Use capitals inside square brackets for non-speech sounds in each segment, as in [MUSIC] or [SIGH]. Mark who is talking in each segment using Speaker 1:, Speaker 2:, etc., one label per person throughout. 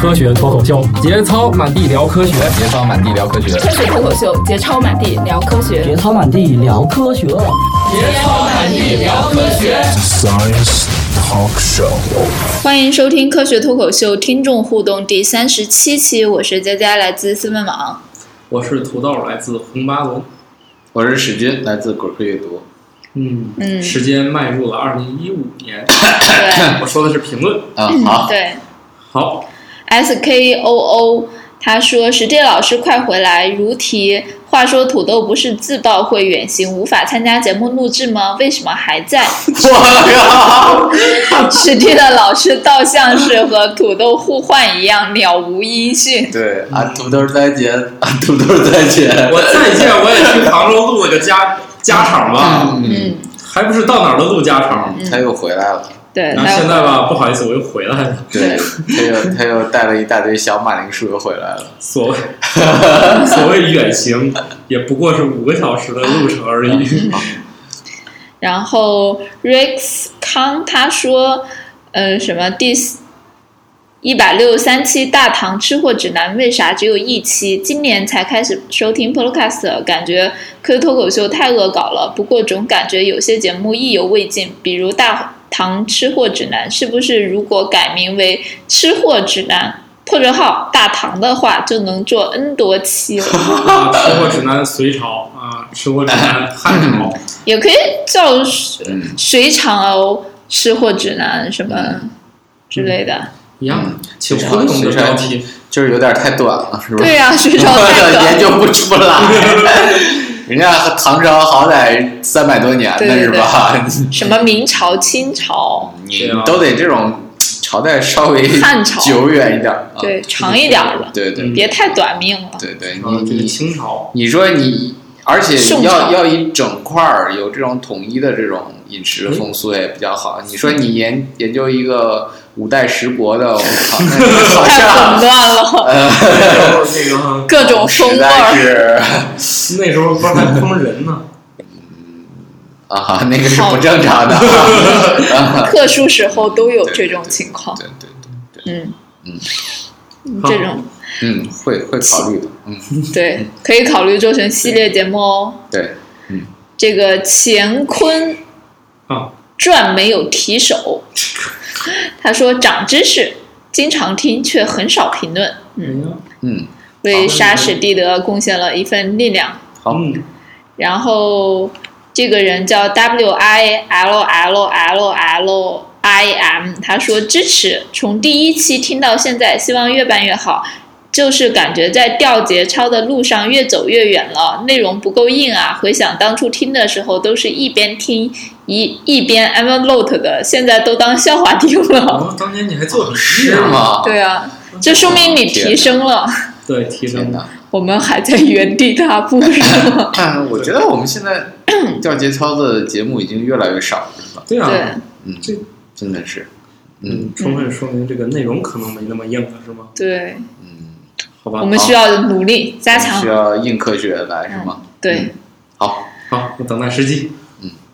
Speaker 1: 科学脱口秀，节操满地聊科学，
Speaker 2: 节操满地聊科学，
Speaker 3: 科学脱口秀，节操满地聊科学，
Speaker 4: 节操满地聊科学，
Speaker 5: 节操满地聊科学。
Speaker 6: Science Talk Show，
Speaker 7: 欢迎收听科学脱口秀听众互动第三十七期，我是佳佳，来自四分网。
Speaker 8: 我是土豆，来自红八龙。
Speaker 9: 我是史金，来自果壳阅读。
Speaker 8: 嗯
Speaker 7: 嗯
Speaker 8: 时间迈入了二零一五年。 [LAUGHS]
Speaker 7: 对
Speaker 8: 我说的是评论。
Speaker 9: 啊，
Speaker 7: 嗯
Speaker 9: 好，
Speaker 7: 对
Speaker 8: 好，
Speaker 7: ，S K O O，他说：“史蒂老师快回来，如题。话说土豆不是自曝会远行，无法参加节目录制吗？为什么还
Speaker 8: [LAUGHS]
Speaker 7: 在？”
Speaker 9: [LAUGHS] 我
Speaker 7: 史蒂的老师倒像是和土豆互换一样，鸟无音讯
Speaker 9: 靠！。对啊，土豆再见，啊，土豆再见。
Speaker 8: 我再见，我也去杭州录了个家家常吧，
Speaker 9: 嗯，
Speaker 7: 嗯，
Speaker 8: 还不是到哪儿都录家常。
Speaker 9: 他又回来了。
Speaker 7: 对，
Speaker 8: 然后
Speaker 7: 那
Speaker 8: 现在吧，不好意思，我又回来了。
Speaker 7: 嗯
Speaker 9: 对，他又他又带了一大堆小马铃薯又回来了。
Speaker 8: 所谓所谓远行，也不过是五个小时的路程而已。
Speaker 7: 然后 Rex 康他说，呃，什么第一百六十三期《大唐吃货指南》为啥只有一期？今年才开始收听 Podcast，感觉科脱口秀太恶搞了。不过总感觉有些节目意犹未尽，比如《大唐吃货指南》，是不是如果改名为《吃货指南》破折号大唐的话，就能做 N 多期了？
Speaker 8: 啊，吃货指南隋朝啊，吃货指南汉朝，
Speaker 7: 也可以叫水
Speaker 9: 嗯
Speaker 7: 水长讴吃货指南什么之类的。
Speaker 9: 嗯
Speaker 8: 一样，请
Speaker 9: 隋朝
Speaker 8: 不同的标题。
Speaker 9: 就是有点太短了，是吧？
Speaker 7: 对呀、水
Speaker 9: [LAUGHS]
Speaker 7: 长太
Speaker 9: 我研
Speaker 7: 短。
Speaker 9: 究不出来。 [LAUGHS] 人家和唐朝好歹三百多年
Speaker 7: 对
Speaker 9: 呢，
Speaker 7: 对
Speaker 9: 是吧？
Speaker 7: 什么明朝、清朝，
Speaker 9: [LAUGHS] 你都得这种朝代稍微
Speaker 7: 汉朝
Speaker 9: 久远一点儿。啊
Speaker 7: 对，长一点儿了，
Speaker 9: 对对
Speaker 8: 嗯
Speaker 7: 别太短命了。
Speaker 9: 对对，
Speaker 8: 啊，
Speaker 9: 你
Speaker 8: 这个
Speaker 9: 你
Speaker 8: 清
Speaker 9: [LAUGHS]
Speaker 8: 朝，
Speaker 9: 你说你，而且
Speaker 7: 宋朝
Speaker 9: 要要一整块儿有这种统一的这种饮食风俗也比较好。你说你研研究一个五代十国的，我靠，那好
Speaker 7: 太
Speaker 9: 像
Speaker 7: 混乱
Speaker 9: 啊
Speaker 7: 了，
Speaker 8: 那个
Speaker 7: [LAUGHS] 各种风
Speaker 9: 实
Speaker 7: 味
Speaker 9: 在
Speaker 7: 儿，
Speaker 9: 是
Speaker 8: 那时候不是还烹人呢，
Speaker 9: 啊，那个是不正常的。
Speaker 7: 特殊时候都有这种情况。
Speaker 9: 对对啊对，
Speaker 7: 嗯
Speaker 9: 嗯
Speaker 7: 这种
Speaker 9: 嗯，会会考虑的，嗯，
Speaker 7: 对，可以考虑做成系列节目哦。
Speaker 9: 对，
Speaker 7: 这个乾坤
Speaker 8: 啊
Speaker 7: 传没有提手，他说长知识，经常听却很少评论，
Speaker 8: 哎呀
Speaker 9: 嗯，
Speaker 7: 为沙史蒂德贡献了一份力量。
Speaker 9: 好，
Speaker 8: 嗯，
Speaker 7: 然后这个人叫 W I L L L L I M，他说支持，从第一期听到现在，希望越办越好。就是感觉在调节操的路上越走越远了，内容不够硬啊！回想当初听的时候，都是一边听一一边 I'm a lot 的，现在都当笑话听了。
Speaker 8: 哦，当年你还做笔记
Speaker 9: 是
Speaker 8: 呢？
Speaker 9: 吗？
Speaker 7: 对啊，这说明你提升了，
Speaker 8: 对，提
Speaker 9: 天
Speaker 8: 升
Speaker 9: 哪，
Speaker 7: 我们还在原地踏步，是吗？
Speaker 9: 看，我觉得我们现在
Speaker 7: [CLEARS THROAT]
Speaker 9: 调节操的节目已经越来越少了，是吧？
Speaker 8: 对啊，
Speaker 7: 对
Speaker 9: 嗯
Speaker 8: 这，
Speaker 9: 真的是，嗯
Speaker 8: 充分说明这个内容可能没那么硬了，是吗？
Speaker 7: 对，
Speaker 9: 嗯，
Speaker 8: 好吧，
Speaker 7: 我们需要努力加强嗯
Speaker 9: 需。要硬科学来是吗？
Speaker 7: 对
Speaker 8: 嗯
Speaker 9: 好，
Speaker 8: 好，我等待时机。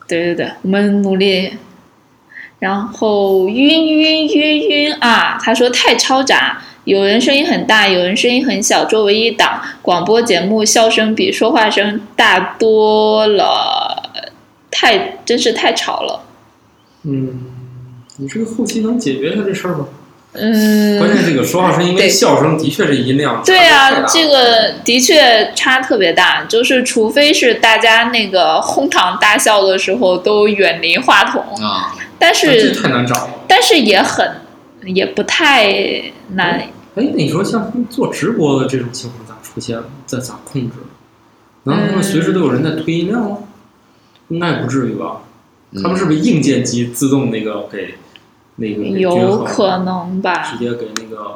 Speaker 7: 对对对，我们努力。然后晕晕晕晕啊，他说太嘈杂，有人声音很大，有人声音很小。作为一档广播节目，笑声比说话声大多了，太真是太吵了。
Speaker 8: 嗯，你这个后期能解决一下这事儿吗？关
Speaker 7: 嗯，
Speaker 8: 键这个说话声音
Speaker 7: 对
Speaker 8: 跟笑声的确是音量
Speaker 7: 对
Speaker 8: 差别
Speaker 7: 啊，
Speaker 8: 太大
Speaker 7: 这个的确差特别大，就是除非是大家那个哄堂大笑的时候都远离话筒，
Speaker 9: 啊，
Speaker 7: 但
Speaker 8: 但
Speaker 7: 是
Speaker 8: 这太难找了。
Speaker 7: 但是也很也不太难。
Speaker 8: 哎，那你说像他们做直播的这种情况咋出现？咋咋控制？难道他们随时都有人在推音量吗？应该不至于吧？他们是不是硬件机自动那个给那个给均衡
Speaker 7: 有可能吧
Speaker 8: 直。接给那个？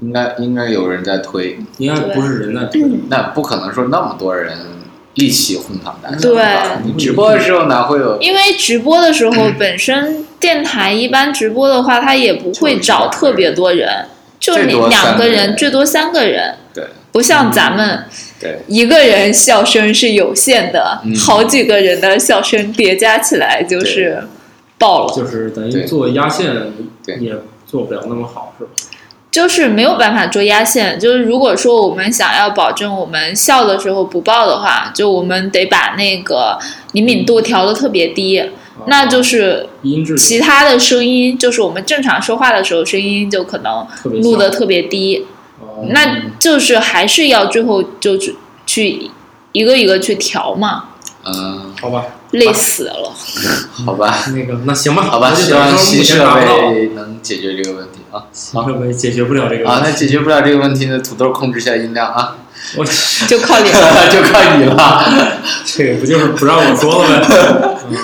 Speaker 9: 应该应该有人在推，
Speaker 8: 应该不是人在推，
Speaker 9: 那不可能说那么多人一起哄堂大笑。
Speaker 7: 对
Speaker 9: 吧你直播的时候哪会有？
Speaker 7: 因为直播的时
Speaker 9: 嗯
Speaker 7: 候，本身电台一般直播的话，它也不会找特别多人，就
Speaker 9: 最
Speaker 7: 你
Speaker 9: 多
Speaker 7: 两
Speaker 9: 三
Speaker 7: 个
Speaker 9: 个
Speaker 7: 人，
Speaker 9: 人
Speaker 7: 最多三个人。
Speaker 9: 对
Speaker 7: 不像咱们
Speaker 9: 对，
Speaker 7: 一个人笑声是有限的，
Speaker 9: 嗯
Speaker 7: 好几个人的笑声叠加起来就是爆了。
Speaker 8: 就是等于
Speaker 9: 对
Speaker 8: 做压线
Speaker 9: 对
Speaker 8: 也做不了那么好，是吧？
Speaker 7: 就是没有办法做压线。就是如果说我们想要保证我们笑的时候不爆的话，就我们得把那个灵敏度调的特别低，
Speaker 8: 嗯
Speaker 7: 那就是
Speaker 8: 啊音质
Speaker 7: 其他的声音，就是我们正常说话的时候声音就可能
Speaker 8: 特别
Speaker 7: 录的
Speaker 8: 像
Speaker 7: 特别低，
Speaker 8: 哦
Speaker 7: 那就是还是要最后就是去一个一个去调嘛，
Speaker 9: 嗯，
Speaker 8: 好吧，
Speaker 7: 累死了。
Speaker 9: 好吧，
Speaker 8: 那个那行吧，
Speaker 9: 好吧，
Speaker 8: 嗯那就
Speaker 9: 希
Speaker 8: 等
Speaker 9: 望
Speaker 8: 于说
Speaker 9: 新
Speaker 8: 目前
Speaker 9: 设
Speaker 8: 达不到，
Speaker 9: 备能解决这个问题啊。
Speaker 8: 新设备解决不了这个
Speaker 9: 啊，
Speaker 8: 问
Speaker 9: 那
Speaker 8: 题
Speaker 9: 解决不了这个问题呢，土豆控制一下音量啊， [LAUGHS]
Speaker 8: 我
Speaker 7: 就靠脸。
Speaker 9: 就靠你了。
Speaker 8: 这个不就是不让我说了呗？嗯，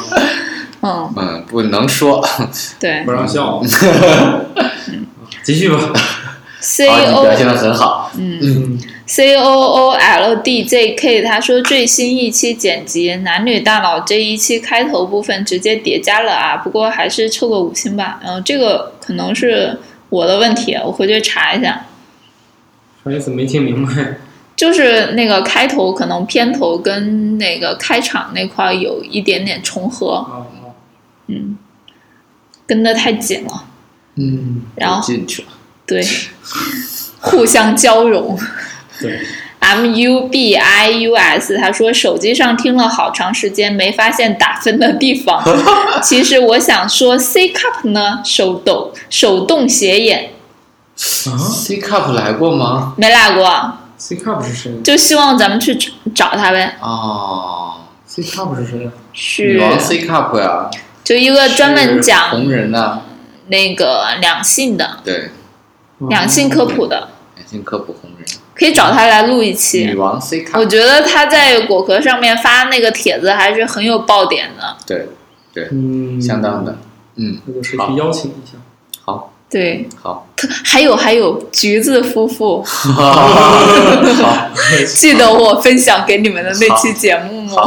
Speaker 7: 嗯，
Speaker 9: 嗯，不能说。
Speaker 8: [LAUGHS]
Speaker 7: 对
Speaker 8: 不让笑。继续吧，
Speaker 7: ，C
Speaker 9: 好，你
Speaker 7: O
Speaker 9: 表现的很
Speaker 7: 哦
Speaker 9: 好。
Speaker 8: 嗯，
Speaker 7: C O O L D J K，他说最新一期剪辑《男女大佬》这一期开头部分直接叠加了啊，不过还是凑个五星吧。嗯，这个可能是我的问题，我回去查一下。
Speaker 8: 啥意思？没听明白。
Speaker 7: 就是那个开头可能片头跟那个开场那块儿有一点点重合，
Speaker 8: 啊，
Speaker 7: 嗯，跟得太紧了，
Speaker 9: 嗯，
Speaker 7: 然后
Speaker 9: 我进去了。
Speaker 7: 对，互相交融。
Speaker 8: 对，
Speaker 7: M U B I U S，他说手机上听了好长时间，没发现打分的地
Speaker 9: [LAUGHS]
Speaker 7: 方。其实我想说 C cup 呢，手抖手动斜眼
Speaker 8: 啊
Speaker 9: C cup 来过吗？
Speaker 7: 没来过，
Speaker 8: ，C cup 是谁
Speaker 7: 就希望咱们去找找他呗。
Speaker 9: 哦，
Speaker 8: ？C cup 是谁呀？啊
Speaker 9: 女
Speaker 7: 是，
Speaker 9: 王 C cup 呀，
Speaker 7: 就一个专门
Speaker 9: 是
Speaker 7: 讲
Speaker 9: 红人呐，
Speaker 7: 那个两性的、
Speaker 9: 对，嗯
Speaker 7: 两性科普的，
Speaker 9: 两性科普红人，
Speaker 7: 可以找他来录一
Speaker 9: 女
Speaker 7: 期。
Speaker 9: 王 C
Speaker 7: 我
Speaker 9: cup，
Speaker 7: 觉得他在果壳上面发那个帖子还是很有爆点的。
Speaker 9: 对，
Speaker 8: 嗯，
Speaker 9: 相当的，嗯，
Speaker 8: 那就谁去邀请一 [LAUGHS] 下？
Speaker 9: 好，
Speaker 7: 对，
Speaker 9: 好，
Speaker 7: 特还有还有橘子夫妇，嗯
Speaker 9: 好，
Speaker 7: 记得我分享给你们的那期节目吗？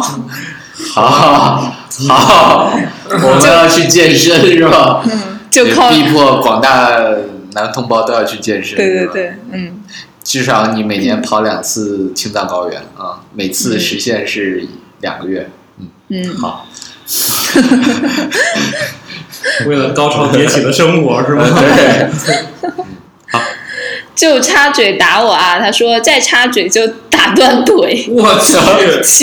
Speaker 9: 好，好，我们要去健身是吧？
Speaker 7: 就靠
Speaker 9: 逼迫广大男同胞都要去健身，
Speaker 7: 对
Speaker 9: 是
Speaker 7: 对
Speaker 9: 吧，
Speaker 7: 对，嗯，
Speaker 9: 至少你每年跑两次青藏高原啊，每次实现是两个月，
Speaker 7: 嗯
Speaker 9: 好，
Speaker 8: 为了高潮迭起的生活 [LAUGHS] 是吧？
Speaker 9: 对，
Speaker 7: 就插嘴打我啊！他说再插嘴就打断腿。 [LAUGHS]
Speaker 8: 我去，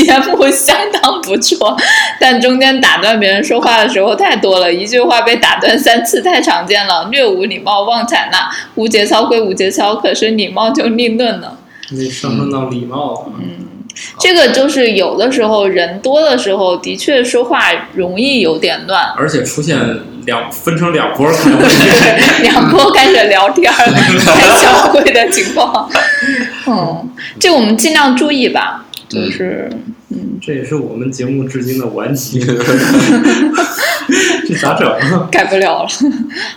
Speaker 7: 节目相当不错，但中间打断别人说话的时候太多了，一句话被打断三次太常见了，略无礼貌忘采纳。无节操归无节操，可是礼貌就另论了。
Speaker 8: 你上升到礼貌了。
Speaker 7: 这个就是有的时候人多的时候，的确说话容易有点乱。
Speaker 8: 而且出现两分成两波开 [LAUGHS] 会，
Speaker 7: [LAUGHS] 两波开始聊 [LAUGHS] 天儿、开小会的情况，嗯，这个我们尽量注意吧。就是
Speaker 8: 这也是我们节目至今的顽 [LAUGHS] 疾。这咋整啊？
Speaker 7: 改不了 [LAUGHS] 了，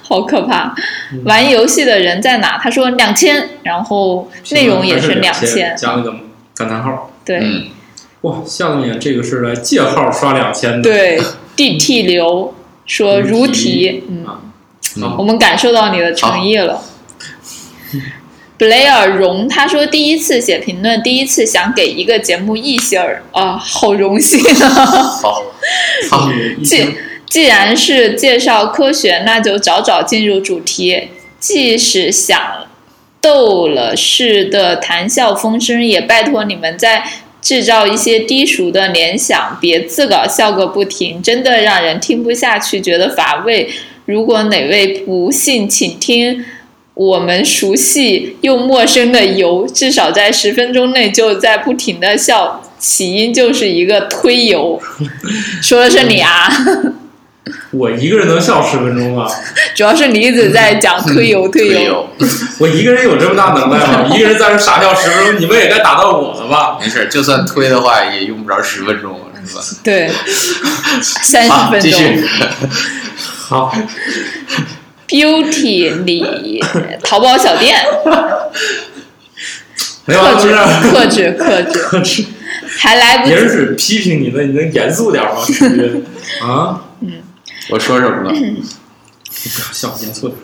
Speaker 7: 好可怕！玩游戏的人在哪？他说两千，然后内容
Speaker 8: [LAUGHS]
Speaker 7: 也是两千，
Speaker 8: 加了个感叹号。
Speaker 7: 对
Speaker 9: 嗯，
Speaker 8: 哇，下面这个是来借号刷两千的。
Speaker 7: 对。DT 流说如题，嗯，啊
Speaker 8: 啊，
Speaker 7: 我们感受到你的诚意了。布雷尔荣他说第一次写评论，第一次想给一个节目一星儿啊，好荣幸啊！
Speaker 9: 嗯好，
Speaker 7: [LAUGHS] 嗯
Speaker 9: 好，
Speaker 8: 一
Speaker 7: 既既然是介绍科学，那就早早进入主题。即使想逗了似的谈笑风生，也拜托你们在制造一些低俗的联想，别自搞笑个不停，真的让人听不下去，觉得乏味。如果哪位不信，请听我们熟悉又陌生的油，至少在十分钟内就在不停的笑，起因就是一个推油。说的是你啊，
Speaker 8: 我一个人能笑十分钟吧？
Speaker 7: 主要是你一直在讲推油推油。
Speaker 9: 队友，
Speaker 8: 我一个人有这么大能耐吗？一个人在这傻笑十分钟，你们也该打到我了吧？
Speaker 9: 没事儿，就算推的话也用不着十分钟，是吧？
Speaker 7: 对，三十
Speaker 9: 好，
Speaker 7: 分
Speaker 9: 继
Speaker 7: 钟。
Speaker 9: 续。 [LAUGHS]
Speaker 8: 好，
Speaker 7: Beauty 里淘宝小店，
Speaker 8: 没有
Speaker 7: 克
Speaker 8: 啊，就
Speaker 7: 制
Speaker 8: 是
Speaker 7: 克制克制，
Speaker 8: 可是
Speaker 7: 还来不
Speaker 8: 别人
Speaker 7: 及。
Speaker 8: 是批评你的，你能严肃点吗？
Speaker 7: [LAUGHS]
Speaker 8: 是不是啊，
Speaker 9: 我说什么了？ [LAUGHS]
Speaker 8: 不要笑，严肃点。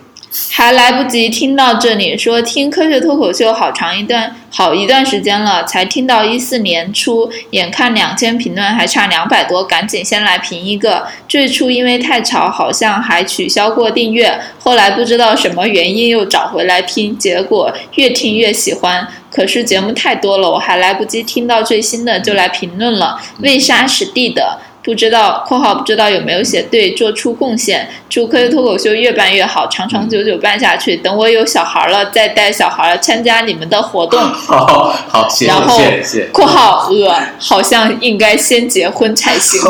Speaker 7: 还来不及听到这里，说听科学脱口秀好长一段好一段时间了，才听到一四年初，眼看两千评论还差两百多，赶紧先来评一个。最初因为太吵，好像还取消过订阅，后来不知道什么原因又找回来听，结果越听越喜欢。可是节目太多了，我还来不及听到最新的就来评论了，为啥是地的？不知道（括号不知道有没有写对）做出贡献，祝科学脱口秀越办越好，长长久久办下去。等我有小孩了，再带小孩参加你们的活动。
Speaker 9: 好好，谢谢
Speaker 7: 然后
Speaker 9: 谢谢谢谢。。
Speaker 7: （括号呃，好像应该先结婚才行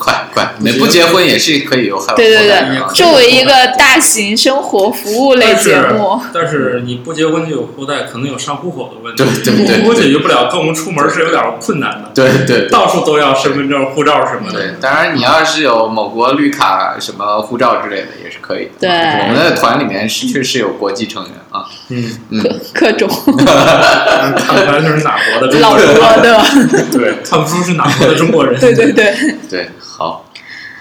Speaker 9: 快快，你不结婚也是可以有孩
Speaker 7: 对对对
Speaker 9: 后代的啊
Speaker 7: 作为一个大型生活服务类节目，
Speaker 8: 但是你不结婚就有后代，可能有上户口的问题，
Speaker 9: 对对对
Speaker 8: 户口解决不了，跟我们出门是有点困难的，
Speaker 9: 对对对
Speaker 8: 到处都要身份证、护照什么的。
Speaker 9: 对，当然你要是有某国绿卡、什么护照之类的也是可以
Speaker 7: 对
Speaker 9: 的。我们的团里面是确实有国际成员啊，
Speaker 8: 嗯，
Speaker 7: 各各种
Speaker 8: 看不出来是哪国的中
Speaker 7: 老
Speaker 8: 国人，
Speaker 7: 婆的，
Speaker 8: 对，看不出是哪国的中国人。
Speaker 7: 对对对。
Speaker 9: 对，好。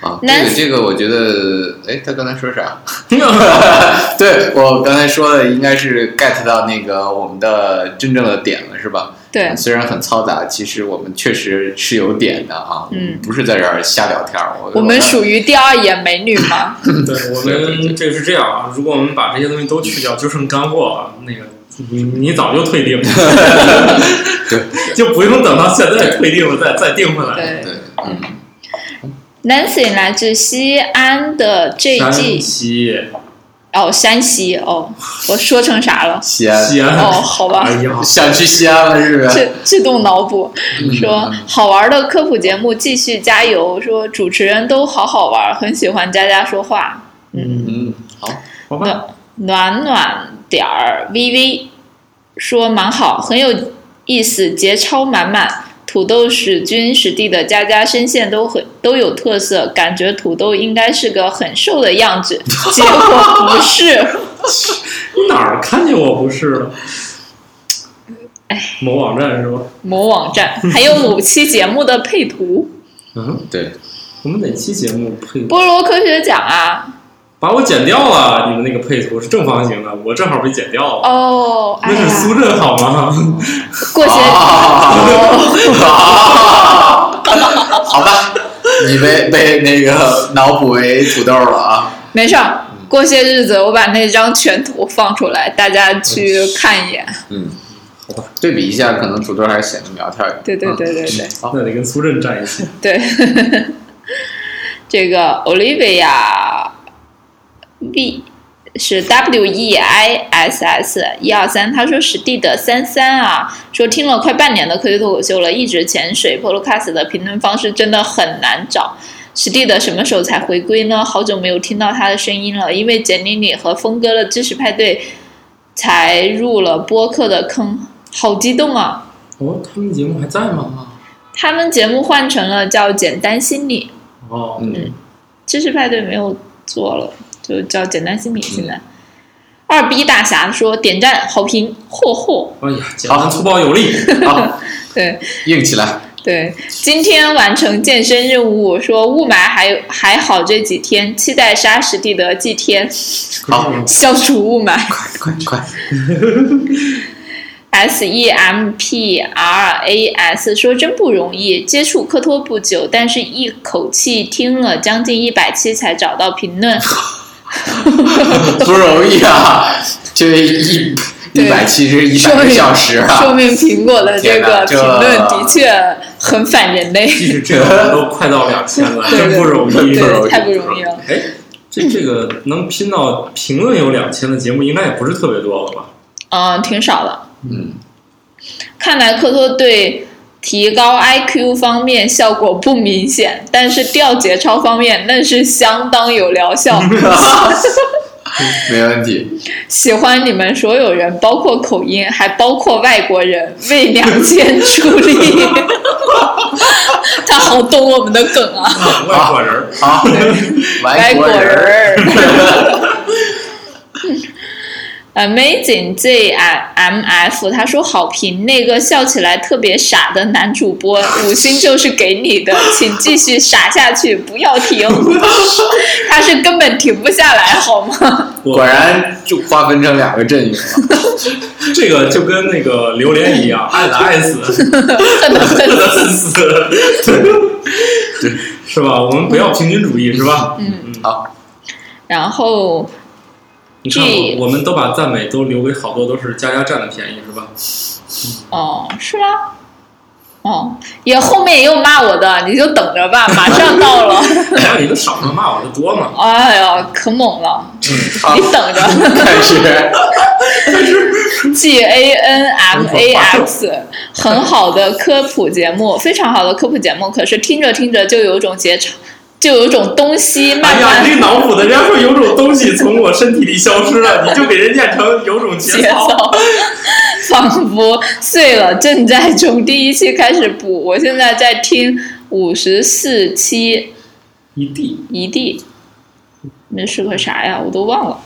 Speaker 9: 啊，这个
Speaker 7: Nancy-
Speaker 9: 这个，我觉得，哎，他刚才说啥？
Speaker 8: 对，
Speaker 9: [LAUGHS] 对我刚才说的应该是 get 到那个我们的真正的点了，是吧？
Speaker 7: 对，
Speaker 9: 虽然很嘈杂，其实我们确实是有点的啊，
Speaker 7: 嗯，
Speaker 9: 不是在这儿瞎聊天儿。我
Speaker 7: 我们属于第二眼美女吗？
Speaker 8: 对我们这个是这样啊，如果我们把这些东西都去掉，就剩干货啊，那个你你早就退订了，
Speaker 9: 对
Speaker 8: 就不用等到现在退订了再再订回来。
Speaker 9: 对
Speaker 7: 对
Speaker 9: 对，嗯，
Speaker 7: ，Nancy 来自西安的
Speaker 8: 山
Speaker 7: JG，
Speaker 8: 西、
Speaker 7: 哦，山西，哦，我说成啥了？
Speaker 9: 西安
Speaker 8: 西安，
Speaker 7: 哦，好吧
Speaker 8: 哎，呀，
Speaker 9: 想去西安了是不是？
Speaker 7: 自自动脑补，
Speaker 8: 嗯
Speaker 7: 说好玩的科普节目继续加油，说主持人都好好玩，很喜欢佳佳说话，
Speaker 8: 嗯，
Speaker 9: 嗯，好，
Speaker 8: 好吧，
Speaker 7: 暖暖点儿 VV 说蛮好，很有意思，节操满满。土豆史君史地的佳佳声线都很都有特色，感觉土豆应该是个很瘦的样子，结果不是。
Speaker 8: [LAUGHS] 哪儿看见我不是了？
Speaker 7: 哎
Speaker 8: 某网站是吧？
Speaker 7: 某网站，还有某期节目的配图。
Speaker 8: 嗯，
Speaker 9: 对，
Speaker 8: 我们哪期节目配
Speaker 7: 菠萝科学奖啊，
Speaker 8: 把我剪掉了？你们那个配图是正方形的，我正好被剪掉了。
Speaker 7: 哦，哎
Speaker 8: 那是
Speaker 7: 呀，
Speaker 8: 苏振好吗？
Speaker 7: 过些
Speaker 9: 啊， [LAUGHS] 好吧，你被被那个脑补为土豆了啊。
Speaker 7: 没事儿，过些日子我把那张全图放出来，大家去看一眼。
Speaker 9: 嗯，好吧，对比一下，可能土豆还显得苗条一点。嗯
Speaker 7: 对对对对对
Speaker 9: 好，
Speaker 8: 那得跟苏振站一起。
Speaker 7: 对，这个 Olivia V 是 W E I S S 一二三，他说史蒂的三三啊，说听了快半年的科学脱口秀了，一直潜水 Podcast 的评论方式真的很难找。史蒂的什么时候才回归呢？好久没有听到他的声音了，因为简妮妮和峰哥的知识派对才入了播客的坑，好激动啊！
Speaker 8: 哦，他们节目还在吗？
Speaker 7: 他们节目换成了叫《简单心理》，
Speaker 8: 哦，
Speaker 9: 嗯，
Speaker 7: 知识派对没有做了，就叫简单心理
Speaker 9: 嗯
Speaker 7: 现在。二逼大侠说点赞好评，嚯嚯！
Speaker 8: 哎呀，简单粗暴有力。
Speaker 9: 好，
Speaker 7: 对
Speaker 9: 硬起来。
Speaker 7: 对，今天完成健身任务，说雾霾还有还好这几天，期待沙石地的祭天
Speaker 9: 好，
Speaker 7: 消除雾霾。
Speaker 9: 快快，
Speaker 7: S E M P R A S 说真不容易，接触科托不久，但是一口气听了将近一百期才找到评
Speaker 9: [LAUGHS]
Speaker 7: 论，
Speaker 9: 不容易啊！这一一百七十一百个小时
Speaker 7: 说
Speaker 9: 啊，
Speaker 7: 明苹果的这个评
Speaker 9: 天哪这
Speaker 7: 论的确很反人类，
Speaker 8: 即使这个都快到两千
Speaker 7: [LAUGHS]
Speaker 8: 了，真不容易。
Speaker 7: 对，太不容易了。
Speaker 8: 哎，这这个能拼到评论有两千的节目，应该也不是特别多了吧？
Speaker 7: 嗯，挺少的。
Speaker 9: 嗯，
Speaker 7: 看来科托对提高 IQ 方面效果不明显，但是调节操方面那是相当有疗 [LAUGHS] 效。
Speaker 9: 没问题。
Speaker 7: 喜欢你们所有人，包括口音，还包括外国人，为两千出力。 [LAUGHS] 他好懂我们的梗 [LAUGHS] 啊，
Speaker 8: 外国人儿，
Speaker 7: [LAUGHS] 哎
Speaker 9: 好，外
Speaker 7: 外 [LAUGHS]
Speaker 9: 国
Speaker 7: 国
Speaker 9: 人
Speaker 7: 人。
Speaker 9: 儿，
Speaker 7: Amazing JMF，他 M-M 说好评那个笑起来特别傻的男主播，五星就是给你的，请继续傻下去，不要停。 [LAUGHS] 他是根本停不下来，好吗？
Speaker 8: 我
Speaker 9: 果然就划分成两个阵营了。
Speaker 8: [LAUGHS] 这个就跟那个榴莲一样，爱的爱死，
Speaker 7: [LAUGHS] 恨得
Speaker 8: [LAUGHS] 恨
Speaker 7: 恨
Speaker 8: 的
Speaker 7: 死。
Speaker 8: 恨死，是吧？我们不要平均主义，是吧？嗯嗯，
Speaker 7: 然后
Speaker 8: 你看
Speaker 7: 这
Speaker 8: 我我们都把赞美都留给好多都是佳佳占的便宜，是吧？ [LAUGHS]
Speaker 7: 哦，是吗？哦，也后面也有骂我的，你就等着吧，马上到了。
Speaker 8: 然哎后你都少嘛，骂我的多嘛。
Speaker 7: 哎呀，可猛了，
Speaker 9: 好
Speaker 7: 你，等着。
Speaker 9: 开始
Speaker 7: G A N M A X，很好的科普节目，非常好的科普节目。可是听着听着就有种节操，就有种东西慢
Speaker 8: 哎呀，
Speaker 7: 慢
Speaker 8: 你这脑补的，人家说有种东西从我身体里消失了，你就给人念成有种
Speaker 7: 节
Speaker 8: 节操。
Speaker 7: 奏，仿佛碎了。正在从第一期开始补，我现在在听五十四期
Speaker 8: 一地，
Speaker 7: 一地，那是个啥呀？我都忘了。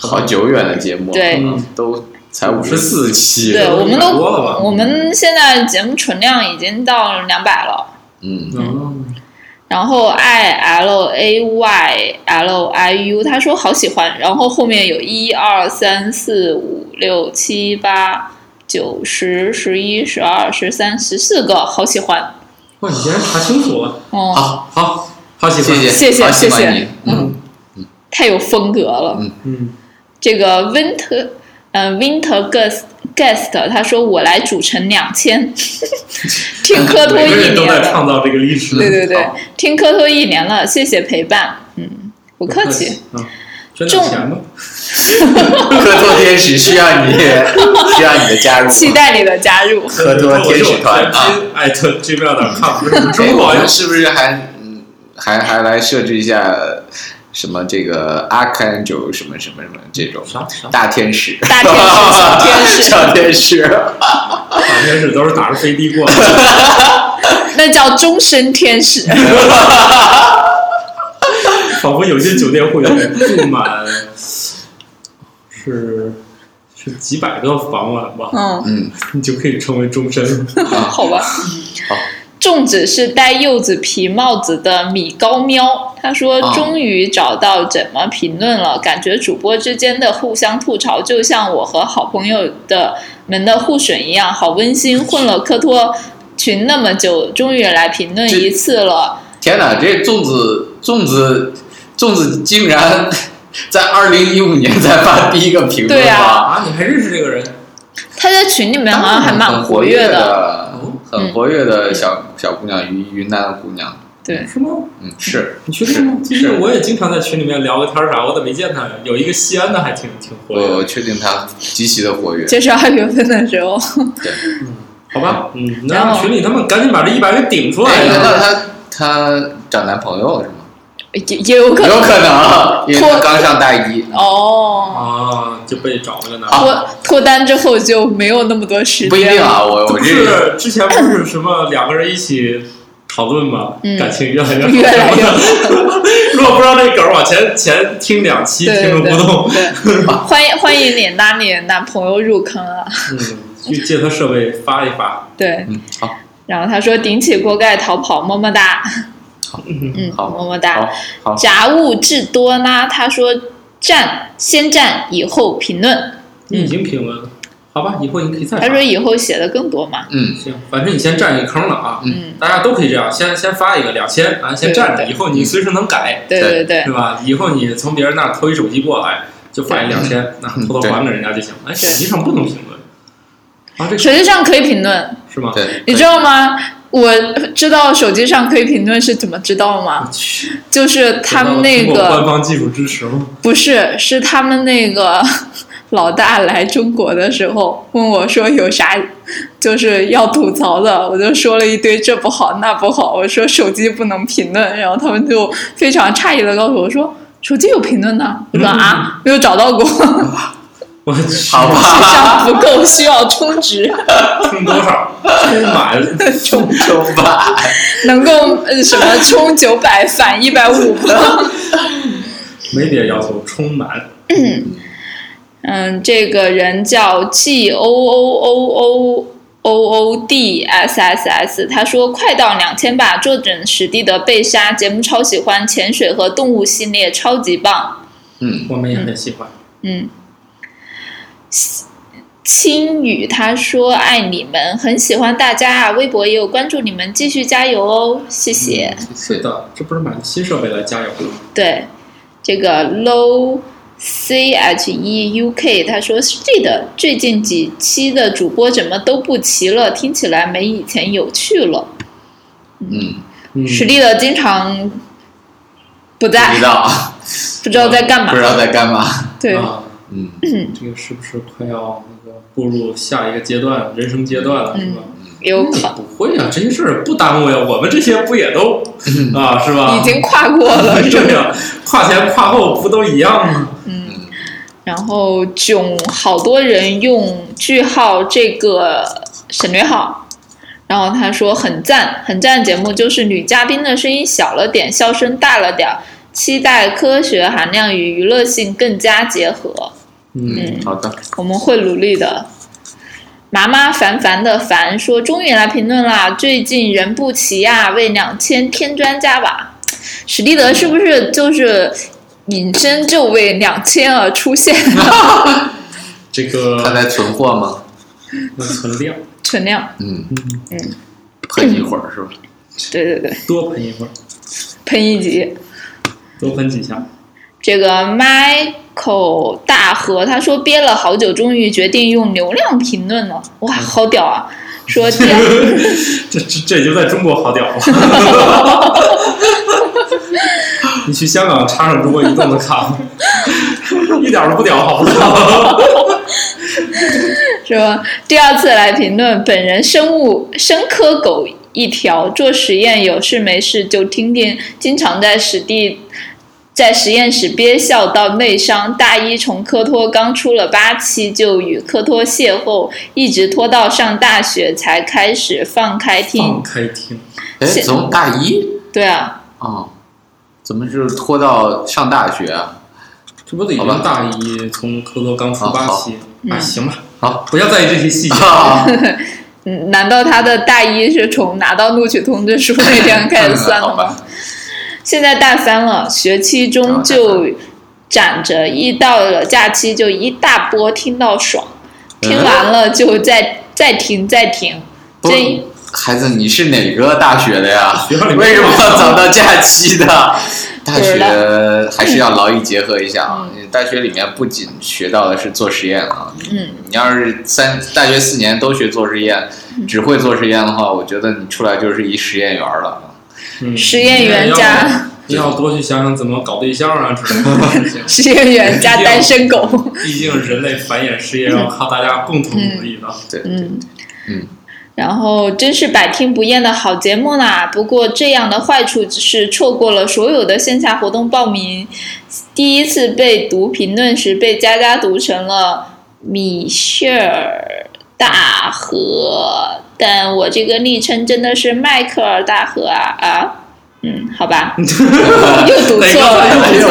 Speaker 9: 好久远的节目，
Speaker 7: 对，
Speaker 8: 嗯，
Speaker 9: 都才五十四期，
Speaker 7: 对，我们都
Speaker 8: 多了吧
Speaker 7: 我们现在节目存量已经到两百了。
Speaker 9: 嗯，
Speaker 8: 嗯，
Speaker 7: 然后 i l a y l i u，他说好喜欢，然后后面有一二三四五六七八九十十一十二十三十四个，好喜欢，
Speaker 8: 哇，你竟然查清楚了，
Speaker 7: 哦、
Speaker 9: 好，
Speaker 8: 好，好喜
Speaker 9: 谢
Speaker 8: 欢，
Speaker 9: 谢，
Speaker 7: 谢谢
Speaker 9: 好喜
Speaker 7: 谢
Speaker 9: 欢
Speaker 7: 谢
Speaker 9: 你，嗯，
Speaker 7: 太有风格了。
Speaker 8: 嗯，
Speaker 7: 这个 Winter，嗯、w i n t e r Guest Guest，他说我来主成两
Speaker 8: [LAUGHS]
Speaker 7: 千，听科托
Speaker 8: 每
Speaker 7: 一
Speaker 8: 个
Speaker 7: 年
Speaker 8: 人都在
Speaker 7: 了，
Speaker 8: 创造这个历史。
Speaker 7: 对对对
Speaker 8: 好，
Speaker 7: 听科托一年了，谢谢陪伴，嗯，不客气。，
Speaker 8: 嗯，捐点钱吧。
Speaker 9: 科托天使需要
Speaker 7: [LAUGHS]
Speaker 9: 你，需要你的加入，
Speaker 7: 期待你的加入。
Speaker 9: 科托天使团啊。！
Speaker 8: 哎，特 g m a i l c [LAUGHS] o
Speaker 9: 哎
Speaker 8: 中
Speaker 9: 我
Speaker 8: 国呀
Speaker 9: 们，是不是还嗯还还来设置一下什么这个 Archangel 什么什么什么这种
Speaker 8: 啥啥
Speaker 9: 大天使、
Speaker 7: 大天使小
Speaker 8: [LAUGHS]
Speaker 7: 天使
Speaker 9: 小天使，
Speaker 8: 大天使都是打着飞的过来，
Speaker 7: 那叫终身天使。 [LAUGHS]
Speaker 8: 仿佛有些酒店会员住满是是几百个房晚吧，
Speaker 7: 嗯，
Speaker 9: 嗯，
Speaker 8: 你就可以成为终身。
Speaker 7: 好吧。粽子是戴柚子皮帽子的米高喵，他说
Speaker 9: 啊
Speaker 7: 终于找到怎么评论了，感觉主播之间的互相吐槽，就像我和好朋友的们的互损一样，好温馨。混了科托群那么久，终于来评论一次了。
Speaker 9: 天哪，这粽子粽子粽子竟然在二零一五年才发第一个评论
Speaker 7: 对啊
Speaker 9: 吧？
Speaker 8: 啊，你还认识这个人？
Speaker 7: 他在群里面好像还蛮
Speaker 9: 很活
Speaker 7: 跃的，嗯
Speaker 9: 的，
Speaker 8: 啊嗯
Speaker 9: 很活跃的小小姑娘，云云南的姑娘，
Speaker 7: 对，
Speaker 8: 是吗？
Speaker 9: 嗯，是
Speaker 8: 你确定吗？
Speaker 9: 是
Speaker 8: 最
Speaker 9: 是
Speaker 8: 近我也经常在群里面聊个天儿啥，我怎么没见他呀？有一个西安的还挺挺嗯活跃
Speaker 9: 我
Speaker 8: 的，
Speaker 9: 确定她极其的活跃，
Speaker 7: 就是二月份的时候。
Speaker 8: 好吧？嗯，那
Speaker 7: 然后
Speaker 8: 让群里他们赶紧把这一百给顶出
Speaker 9: 哎，
Speaker 8: 来
Speaker 9: 难
Speaker 8: 呀！
Speaker 9: 道她她找男朋友了是吗？
Speaker 7: 也也有可能
Speaker 9: 有可能，因为他刚上大一。
Speaker 7: 哦，
Speaker 8: 啊，就被找了个男的。
Speaker 7: 脱脱单之后就没有那么多时
Speaker 9: 不一
Speaker 7: 间
Speaker 9: 定
Speaker 7: 了。
Speaker 9: 啊，我我
Speaker 8: 不
Speaker 9: 这
Speaker 8: 是
Speaker 9: 个
Speaker 8: 之前不是什么两个人一起讨论吗？
Speaker 7: 嗯
Speaker 8: 感情越来越好
Speaker 7: [LAUGHS] 越来越
Speaker 8: [LAUGHS] 如果不知道这梗儿，往前前听两期
Speaker 7: 对
Speaker 8: 听众互动，
Speaker 9: [LAUGHS]
Speaker 7: 对，欢迎欢迎你拉你男朋友入坑啊！
Speaker 8: 嗯，去借他设备发一发。
Speaker 7: 对，
Speaker 9: 嗯，好，
Speaker 7: 然后他说顶起锅盖逃跑，么么哒。嗯，
Speaker 9: 好
Speaker 7: 么么哒。
Speaker 9: 好好，
Speaker 7: 杂物至多呢？他说赞，先赞，以后评论。
Speaker 8: 你已经评论了，好吧，以后你可以再发
Speaker 7: 他嗯说以后写的更多嘛。
Speaker 9: 嗯，
Speaker 8: 行，反正你先占一个坑了啊。
Speaker 7: 嗯，
Speaker 8: 大家都可以这样，先先发一个两千啊，先占
Speaker 7: 对
Speaker 8: 着，
Speaker 7: 对
Speaker 8: 以后你随时能改，
Speaker 7: 对对对
Speaker 8: 对吧？以后你从别人那儿偷一手机过来，就发一两千，那偷偷还给人家就行。哎，实际上不能评论啊，这
Speaker 7: 手机上可以评论，
Speaker 8: 是吗？
Speaker 9: 对，
Speaker 7: 你知道吗？我知道手机上可以评论是怎么知道吗？
Speaker 8: 去。
Speaker 7: 就是他们那
Speaker 8: 通过官
Speaker 7: 个
Speaker 8: 方技术支持吗？
Speaker 7: 不是，是他们那个 [LAUGHS] 老大来中国的时候问我说有啥就是要吐槽的，我就说了一堆这不好那不好，我说手机不能评论，然后他们就非常诧异的告诉我说手机有评论呢，我说啊没有找到过， [LAUGHS]
Speaker 8: 我去，
Speaker 9: 好
Speaker 7: 智
Speaker 9: 吧，
Speaker 7: 商不够需要充值，
Speaker 8: 充多少？充满
Speaker 7: [LAUGHS]
Speaker 9: 冲冲吧，嗯
Speaker 7: 能够呃什么充九百返一百五吗？
Speaker 8: 没别的要求，充满。
Speaker 7: 嗯、嗯，这个人叫 G O O O O O O D S S S，他说快到两千吧，坐等史蒂德被杀，节目超喜欢，潜水和动物系列超级棒，
Speaker 9: 嗯，
Speaker 8: 我们也很喜欢。
Speaker 7: 嗯。青雨他说爱你们，很喜欢大家啊，微博也有关注你们，继续加油哦，谢谢。
Speaker 9: 嗯
Speaker 8: 是的，这不是买了新设备来加油吗？
Speaker 7: 对，这个 low c h e u k 他说是这的，最近几期的主播怎么都不齐了，听起来没以前有趣了。
Speaker 9: 嗯，
Speaker 8: 嗯，
Speaker 7: 史蒂德经常不
Speaker 9: 不知
Speaker 7: 在，
Speaker 9: 道，
Speaker 7: 不知道在干嘛
Speaker 9: 不。知道在干
Speaker 7: [LAUGHS]
Speaker 9: 嘛。
Speaker 7: 对，
Speaker 8: 啊，
Speaker 9: 嗯，
Speaker 8: 这个是不是快要那个步入下一个阶段，人生阶段了，是吧？
Speaker 7: 有考
Speaker 8: 不会啊，这些事儿不耽误呀，我们这些不也都啊，是吧？
Speaker 7: 嗯已经跨
Speaker 8: [LAUGHS]
Speaker 7: 过了，是吧
Speaker 8: 对呀，跨前跨后不都一样吗？嗯
Speaker 7: 然后囧，好多人用句号这个省略号。然后他说很赞，很赞节目就是女嘉宾的声音小了点，笑声大了点儿，期待科学含量与娱乐性更加结合。
Speaker 8: 嗯，
Speaker 9: 好的，
Speaker 7: 我们会努力的。麻麻烦烦的烦说，终于来评论啦！最近人不齐呀、为两千添砖加瓦。史蒂德是不是就是隐身就为两千而出现的
Speaker 8: 这
Speaker 9: 他
Speaker 8: 个
Speaker 9: 在存货吗？
Speaker 8: 存量
Speaker 7: 存量？
Speaker 9: 嗯
Speaker 8: 嗯
Speaker 7: 嗯，
Speaker 9: 喷一会儿是吧？
Speaker 7: 对对对，
Speaker 8: 多喷一会儿，
Speaker 7: 喷一集。
Speaker 8: 多喷几下。
Speaker 7: 这个 Michael 大河他说憋了好久，终于决定用流量评论了，哇，好屌啊！说第二。
Speaker 8: 这这这就在中国好屌了。 [LAUGHS] 你去香港插上中国移动的卡，一点儿都不屌，好不
Speaker 7: 嗯
Speaker 8: 好？
Speaker 7: 是吧？第二次来评论，本人生物生科狗一条，做实验有事没事就听听，经常在实地在实验室憋笑到内伤。大一从科托刚出了八期，就与科托邂逅，一直拖到上大学才开始放开听
Speaker 8: 放。开听，
Speaker 9: 哎，
Speaker 7: 是
Speaker 9: 从大一
Speaker 7: 对啊，
Speaker 9: 哦，怎么就是拖到上大学啊？
Speaker 8: 这不得已
Speaker 9: 好吧
Speaker 8: 经大一从科多刚出八期，
Speaker 7: 好
Speaker 8: 哎，行吧，
Speaker 9: 好，
Speaker 8: 不要在意这些细节。
Speaker 9: 啊，
Speaker 7: 嗯，难道他的大一是从拿到录取通知书那天 [LAUGHS] 开
Speaker 9: [LAUGHS]
Speaker 7: 始算的
Speaker 9: 好
Speaker 7: 吗？
Speaker 9: 吧，
Speaker 7: 现在大三了，学期中就攒着，一到了假期就一大波听到爽，听完了就再 [LAUGHS] 再听再听，
Speaker 9: 不
Speaker 7: 这
Speaker 9: 孩子，你是哪个大学的呀？ [LAUGHS]
Speaker 8: 学校里面
Speaker 9: 为什么要走到假
Speaker 7: [LAUGHS]
Speaker 9: 期的？大
Speaker 7: 不知道
Speaker 9: 学还是要劳逸结合一下啊！大学里面不仅学到的是做实验啊，
Speaker 7: 嗯，
Speaker 9: 你要是三大学四年都学做实验，
Speaker 7: 嗯
Speaker 9: 只会做实验的话，我觉得你出来就是一实验员了。
Speaker 8: 嗯
Speaker 7: [LAUGHS] 实验员加。
Speaker 8: 你要多去想想怎么搞对象啊之类的事情
Speaker 7: [LAUGHS] 实验员加单身狗，
Speaker 8: 毕竟人类繁衍事业要靠大家共同努力的。
Speaker 9: 对，
Speaker 7: 嗯
Speaker 9: 嗯。
Speaker 7: 然后真是百听不厌的好节目啦！不过这样的坏处是错过了所有的线下活动报名。第一次被读评论时，被佳佳读成了米歇尔大河，但我这个昵称真的是迈克尔大河啊啊！嗯，好吧，又读错了。 [LAUGHS]
Speaker 8: 哎呦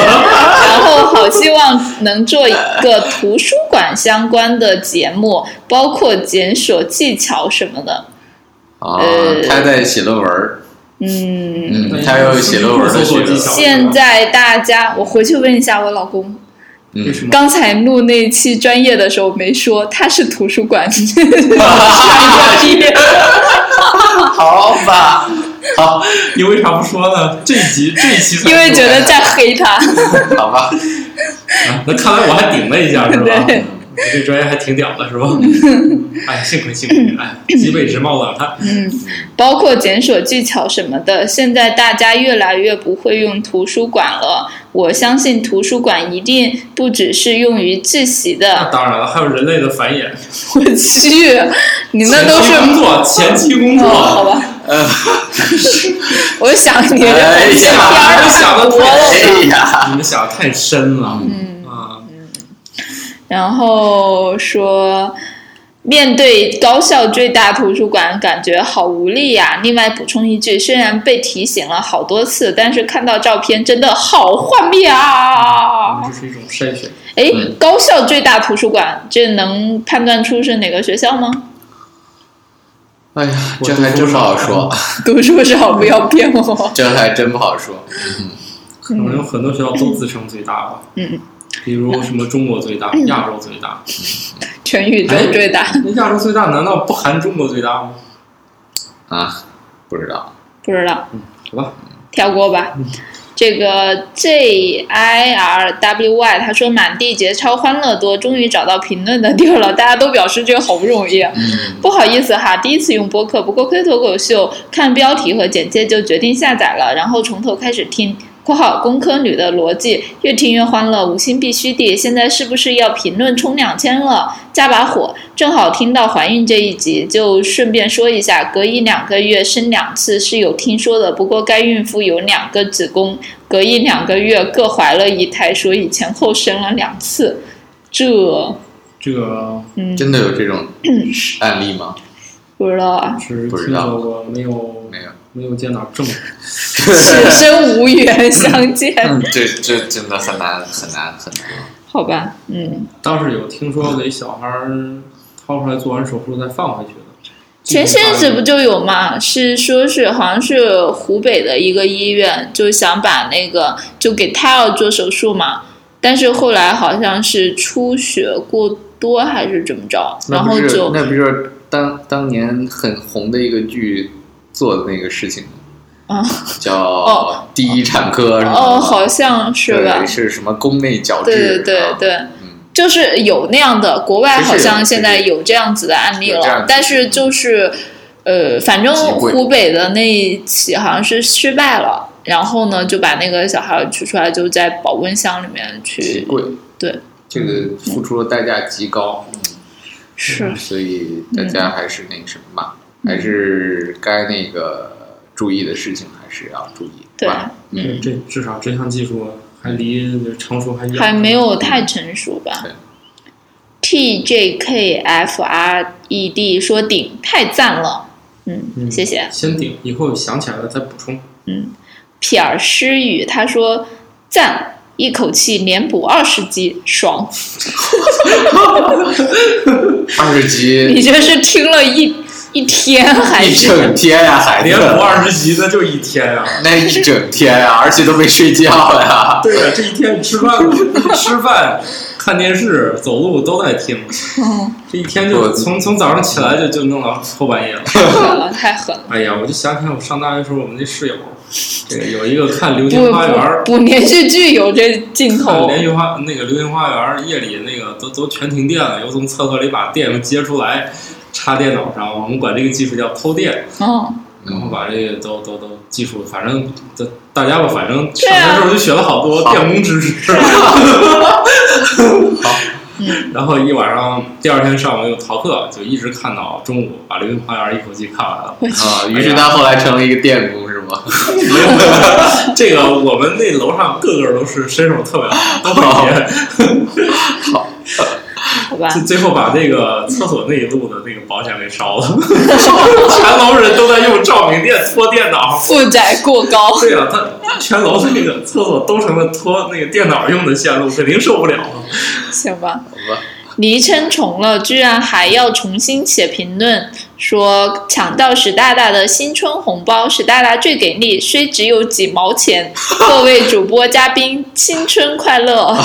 Speaker 7: 然后好希望能做一个图书馆相关的节目，包括检索技巧什么的。
Speaker 9: 啊
Speaker 7: 呃，
Speaker 9: 他在写论文儿，
Speaker 7: 嗯，
Speaker 9: 嗯，他又有写论文
Speaker 8: 搜
Speaker 9: 的学
Speaker 8: 索技
Speaker 9: 者
Speaker 8: 巧，
Speaker 7: 现在大家，我回去问一下我老公，
Speaker 8: 为
Speaker 9: 嗯，
Speaker 8: 什么？
Speaker 7: 刚才录那期专业的时候没说他是图书馆专业毕业，
Speaker 9: 好吧，好，
Speaker 8: 你为啥不说呢？这一集这一期才
Speaker 7: 因为觉得在黑他。
Speaker 9: 好吧，
Speaker 8: 啊 [LAUGHS] 那看来我还顶了一
Speaker 7: [LAUGHS]
Speaker 8: 下，是吧？
Speaker 7: 对
Speaker 8: 我这专业还挺屌的，
Speaker 7: [LAUGHS]
Speaker 8: 是吧？哎，幸亏幸亏，哎，脊背直冒冷
Speaker 7: 嗯
Speaker 8: 汗。
Speaker 7: 包括检索技巧什么的，现在大家越来越不会用图书馆了。我相信图书馆一定不只是用于自习
Speaker 8: 那
Speaker 7: 的。
Speaker 8: 当然了，还有人类的繁衍，
Speaker 7: 我去，你那都
Speaker 9: [LAUGHS]
Speaker 7: 是
Speaker 8: 前期工作，前期工
Speaker 9: 哎
Speaker 7: 哦，好
Speaker 8: 作，
Speaker 7: 吧。我想你这
Speaker 9: 哎
Speaker 7: 这片
Speaker 9: 呀
Speaker 7: 儿
Speaker 8: 想的
Speaker 7: 多了。
Speaker 9: 哎呀。
Speaker 8: 你们想的太深了。嗯啊，
Speaker 7: 然后说，面对高校最大图书馆，感觉好无力呀、另外补充一句，虽然被提醒了好多次，但是看到照片真的好幻灭啊！
Speaker 8: 这是一种筛选。
Speaker 7: 哎
Speaker 9: 嗯，
Speaker 7: 高校最大图书馆，这能判断出是哪个学校吗？
Speaker 9: 哎呀，
Speaker 8: 我
Speaker 9: 这还真不好
Speaker 7: 哎
Speaker 9: 说，
Speaker 7: 读书少，不要骗我。
Speaker 9: 这还真不好说。
Speaker 8: 可能有很多学校都自称最大吧，
Speaker 7: 嗯，
Speaker 8: 比如什么中国最大、亚洲最大。
Speaker 7: 全宇宙最大，
Speaker 8: 那亚洲最大难道不含中国最大吗？
Speaker 9: 啊，不知道。
Speaker 7: 不知道，
Speaker 8: 嗯好吧，嗯
Speaker 7: 跳过吧。这个 J I R W Y 他说满地节操欢乐多，终于找到评论的地儿了，大家都表示这个好不容易啊。不好意思哈，第一次用播客，不过亏脱口秀看标题和简介就决定下载了，然后从头开始听。（括号工科女的逻辑）越听越欢乐，五星必须地。现在是不是要评论冲两千了？加把火！正好听到怀孕这一集，就顺便说一下，隔一两个月生两次是有听说的，不过该孕妇有两个子宫，隔一两个月各怀了一胎，所以前后生了两次。这，
Speaker 8: 这个
Speaker 7: 嗯，
Speaker 9: 真的有这种案例吗？
Speaker 7: 不知道啊，
Speaker 8: 只
Speaker 9: 不
Speaker 8: 听
Speaker 9: 知道
Speaker 8: 说过，没有
Speaker 9: 没有。
Speaker 8: 没有见到证。
Speaker 7: 此生无缘相见。
Speaker 9: 嗯，这这真的很难很难很难。
Speaker 7: [LAUGHS] 好吧，嗯，
Speaker 8: 当时有听说给小孩儿掏出来做完手术再放回去的。
Speaker 7: 前些日不就有嘛？是说是好像是湖北的一个医院，就想把那个就给胎儿做手术嘛，但是后来好像是出血过多还是怎么着，然
Speaker 9: 那不
Speaker 7: 后
Speaker 9: 是
Speaker 7: 就
Speaker 9: 那不就是当当年很红的一个剧做的那个事情吗？
Speaker 7: 啊
Speaker 9: 叫
Speaker 7: 哦
Speaker 9: 《第一产科》是吗
Speaker 7: 哦，好像是
Speaker 9: 对
Speaker 7: 吧？
Speaker 9: 是什么宫内角质？
Speaker 7: 对对对对
Speaker 9: 啊，嗯，
Speaker 7: 就是有那样的，国外好像现在有这样子的案例
Speaker 9: 有这样子嗯
Speaker 7: 了，但是就是，呃，反正
Speaker 9: 机会
Speaker 7: 湖北的那一起好像是失败了，然后呢就把那个小孩取出来，就在保温箱里面
Speaker 9: 极
Speaker 7: 去，
Speaker 9: 贵，
Speaker 7: 对，
Speaker 9: 这个付出的代价极高，
Speaker 7: 是
Speaker 9: 所以大家
Speaker 7: 嗯
Speaker 9: 还是那个什么嘛，还是该那个注意的事情还是要注意，
Speaker 7: 对
Speaker 9: 吧？嗯，
Speaker 8: 这至少这项技术还离成熟还远，
Speaker 7: 还没有太成熟吧
Speaker 9: 对。
Speaker 7: T J K F R E D 说顶太赞了，嗯，
Speaker 8: 嗯
Speaker 7: 谢谢。
Speaker 8: 先顶，以后想起来了再补充。
Speaker 7: 撇儿诗雨他说赞，一口气连补二十集，爽。
Speaker 9: 二十级
Speaker 7: [LAUGHS] 你这是听了一一天还
Speaker 9: 一
Speaker 7: 是？
Speaker 9: 整天呀、
Speaker 8: [LAUGHS]
Speaker 9: 孩
Speaker 8: 连补
Speaker 9: 子，
Speaker 8: 二十级那就一天啊呀、
Speaker 9: 那一整天呀、而且都没睡觉呀、
Speaker 8: [LAUGHS] 对呀、这一天你吃饭、 [LAUGHS] 你吃饭、看电视、走路都在
Speaker 7: [LAUGHS]
Speaker 8: 听，
Speaker 7: 嗯，
Speaker 8: 这一天就
Speaker 9: 我
Speaker 8: 从从早上起来就就弄到后半夜了。
Speaker 7: 太狠了， [LAUGHS] 太狠了！
Speaker 8: 哎呀，我就想起来我上大学的时候，我们那室友，这个有一个看《流
Speaker 7: 不
Speaker 8: 星花园》。
Speaker 7: 不不，连续剧有这镜
Speaker 8: 看
Speaker 7: 头，
Speaker 8: 连续花那个流星花园，夜里那个都都全停电了，又从厕所里把电接出来，插电脑上。我们管这个技术叫偷电，
Speaker 7: 嗯，
Speaker 8: 然后
Speaker 9: 嗯
Speaker 8: 把这个都都都技术，反正大大家吧，反正
Speaker 7: 对
Speaker 8: 上学的
Speaker 7: 啊
Speaker 8: 时候就学了好多
Speaker 9: 好
Speaker 8: 电工知
Speaker 7: [LAUGHS]
Speaker 8: 识。
Speaker 7: 嗯
Speaker 8: 然后一晚上，第二天上午又逃课，就一直看到中午，把《流星花园》一口气看完了。
Speaker 9: 啊，于是他后来成了一个电工，是
Speaker 7: [LAUGHS]
Speaker 9: 吗？ [LAUGHS]
Speaker 8: [LAUGHS] 这个我们那楼上个个都是身手特别好，都会编。
Speaker 7: [LAUGHS] 好吧
Speaker 8: 就，最后把那个厕所那一路的那个保险给烧
Speaker 7: [LAUGHS]
Speaker 8: 了，全楼人都在用照明电拖电脑。
Speaker 7: 负载过高， [LAUGHS]
Speaker 8: 对啊，他全楼的那个厕所都成了拖那个电脑用的线路，肯定受不了了。
Speaker 7: 行吧
Speaker 9: 吧。
Speaker 7: 昵称重了，居然还要重新写评论，说抢到史大大的新春红包，史大大最给力，虽只有几毛钱。各位主播嘉宾，新春快乐！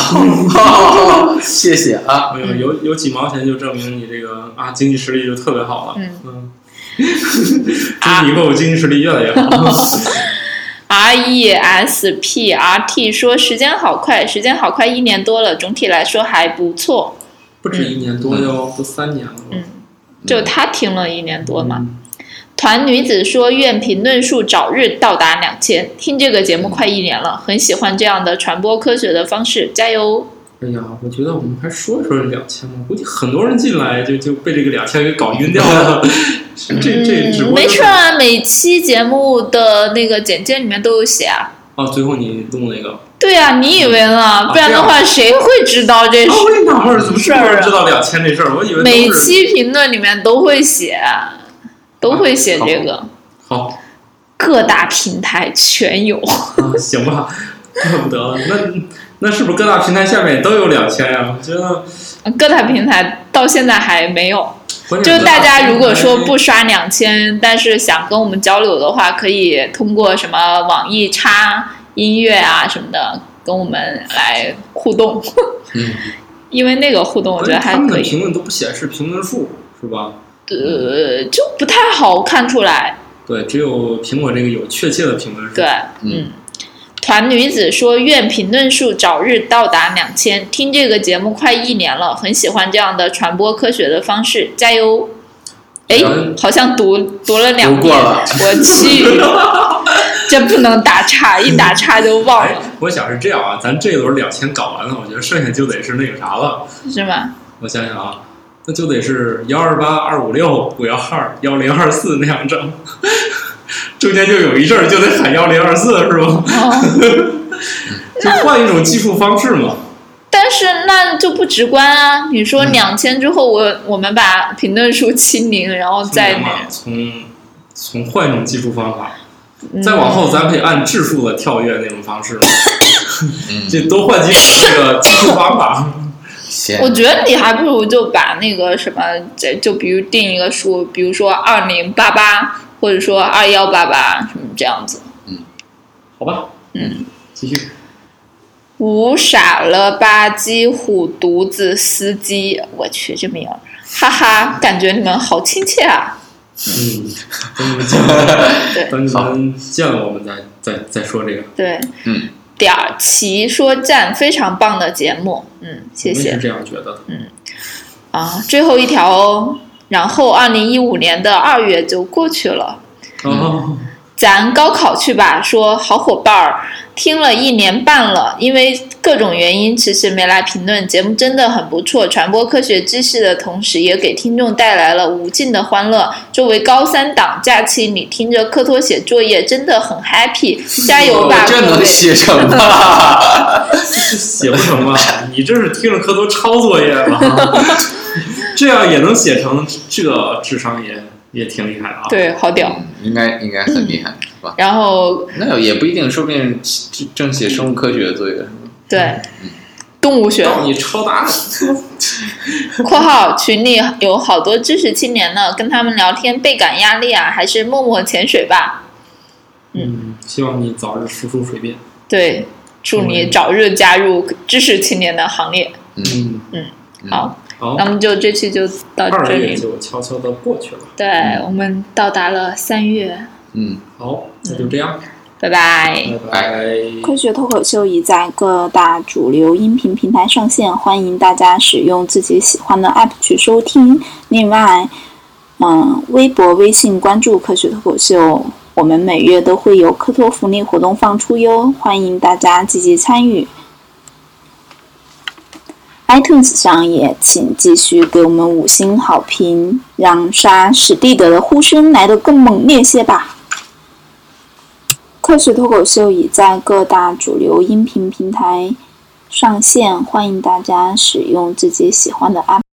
Speaker 9: 谢谢啊，
Speaker 8: 哎呦，有有几毛钱就证明你这个啊经济实力就特别好了。
Speaker 7: 嗯
Speaker 8: 嗯，祝你以后经济实力越来越
Speaker 7: 啊
Speaker 8: 好。
Speaker 7: R E S P R T 说时间好快，时间好快，一年多了，总体来说还不错。
Speaker 8: 不止一年多哟，都三年了。
Speaker 7: 嗯 [LAUGHS] 就他听了一年多嘛。团女子说愿评论数早日到达两千，听这个节目快一年了，很喜欢这样的传播科学的方式，加油！
Speaker 8: 哎呀，我觉得我们还说一说这两千吧，估计很多人进来就就被这个两千给搞晕掉了。这这只不
Speaker 7: 嗯，
Speaker 8: 过
Speaker 7: 没
Speaker 8: 就是
Speaker 7: 事啊，每期节目的那个简介里面都有写啊。
Speaker 8: 哦啊，最后你弄那个，
Speaker 7: 对呀、你以为呢？不然的话，谁会知道
Speaker 8: 啊，
Speaker 7: 这事？啊
Speaker 8: 我也纳闷儿，怎么这么多人知道两千这事儿？我以为都
Speaker 7: 每
Speaker 8: 是
Speaker 7: 期评论里面都会写，啊都会写这个，
Speaker 8: 啊好
Speaker 7: 各大平台全有。
Speaker 8: 啊，行吧，怪不得了。那那是不是各大平台下面也都有两千呀？我觉得
Speaker 7: 各大平台到现在还没有。
Speaker 8: 关键
Speaker 7: 就是
Speaker 8: 各
Speaker 7: 大家
Speaker 8: 平
Speaker 7: 如果说
Speaker 8: 台
Speaker 7: 不刷两千，但是想跟我们交流的话，可以通过什么网易插音乐啊什么的跟我们来互动。
Speaker 9: 嗯，
Speaker 7: [LAUGHS] 因为那个互动我觉得还
Speaker 8: 他们
Speaker 7: 可
Speaker 8: 的
Speaker 7: 以，
Speaker 8: 评论都不显示评论数是吧？
Speaker 7: 呃，就不太好看出来。
Speaker 8: 对，只有苹果这个有确切的评论数。
Speaker 7: 对，嗯。团女子说：“愿评论数早日到达两千。听这个节目快一年了，很喜欢这样的传播科学的方式，加油！”哎
Speaker 8: 行，
Speaker 7: 好像读读了两
Speaker 9: 读过
Speaker 7: 遍，
Speaker 9: 了
Speaker 7: 我去， [LAUGHS] 这不能打岔，一打岔就忘
Speaker 8: [LAUGHS] 哎
Speaker 7: 了，，
Speaker 8: 我想是这样啊，咱这轮两千搞完了，我觉得剩下就得是那个啥了。
Speaker 7: 是吗？
Speaker 8: 我想想啊，那就得是幺二八二五六五幺二幺零二四那样整，中间就有一阵儿就得喊幺零二四是吧？
Speaker 7: 哦，
Speaker 8: 就换一种计数方式嘛。
Speaker 7: 但是那就不直观啊！你说两千之后，我我们把评论数清零，然后再
Speaker 8: 从哪儿嘛从从换一种计数方法，
Speaker 7: 嗯
Speaker 8: 再往后咱可以按质数的跳跃那种方式嘛。
Speaker 9: 嗯
Speaker 8: 这多换几种这个计数方法。 [LAUGHS]
Speaker 9: 行
Speaker 7: 我觉得你还不如就把那个什么，这就比如定一个数，比如说二零八八，或者说二幺八八什么这样子。
Speaker 8: 好吧，
Speaker 7: 嗯，
Speaker 8: 继续。
Speaker 7: 五傻了吧唧，虎犊子司机，我去这名儿，哈哈，感觉你们好亲切啊！
Speaker 8: 嗯，等你们见了，
Speaker 7: 对
Speaker 8: 等你们见了我们再再再说这个。
Speaker 7: 对，
Speaker 9: 嗯，
Speaker 7: 点儿齐说赞，非常棒的节目，嗯，谢
Speaker 8: 我也
Speaker 7: 谢
Speaker 8: 是这样觉得的。
Speaker 7: 啊。最后一条哦，然后二零一五年的二月就过去了。
Speaker 8: 哦，
Speaker 7: 咱高考去吧，说好伙伴儿，听了一年半了，因为各种原因迟迟没来评论。节目真的很不错，传播科学知识的同时，也给听众带来了无尽的欢乐。作为高三党，假期你听着课托写作业，真的很 happy。加油吧，
Speaker 9: 这
Speaker 7: 各
Speaker 9: 能
Speaker 7: 位！
Speaker 9: 写成吗？
Speaker 8: 写不成吧？你这是听着课都抄作业了，这样也能写成，这智商也也挺厉害啊。，
Speaker 7: 对，好屌。
Speaker 9: 嗯 [LAUGHS] 应该应该很厉害，是吧？
Speaker 7: 然后
Speaker 9: 那也不一定，说不定正正写生物科学的作业。
Speaker 7: [LAUGHS] 对，动物学。
Speaker 8: 到你抄答案。
Speaker 7: 括号群里有好多知识青年呢，跟他们聊天倍感压力啊，还是默默潜水吧。
Speaker 8: 嗯，希望你早日浮出水面。
Speaker 7: 对，祝你
Speaker 8: 嗯
Speaker 7: 早日加入知识青年的行列。
Speaker 8: 嗯，
Speaker 9: 嗯
Speaker 7: 好，
Speaker 8: 好
Speaker 7: 那，么就这期就到
Speaker 8: 哦二
Speaker 7: 这
Speaker 8: 月嗯
Speaker 7: 里。
Speaker 8: 就悄悄的过去了。
Speaker 7: 对，我们到达了三月，
Speaker 9: 嗯，
Speaker 8: 好，那就这样，
Speaker 7: 拜拜。
Speaker 8: 拜拜。
Speaker 2: 科学脱口秀已在各大主流音频平台上线，欢迎大家使用自己喜欢的 app 去收听。另外，嗯，微博、微信关注科学脱口秀，我们每月都会有科托福利活动放出哟，欢迎大家积极参与。iTunes 上也请继续给我们五星好评，让杀史蒂德的呼声来得更猛烈些吧。科学脱口秀已在各大主流音频平台上线，欢迎大家使用自己喜欢的 app。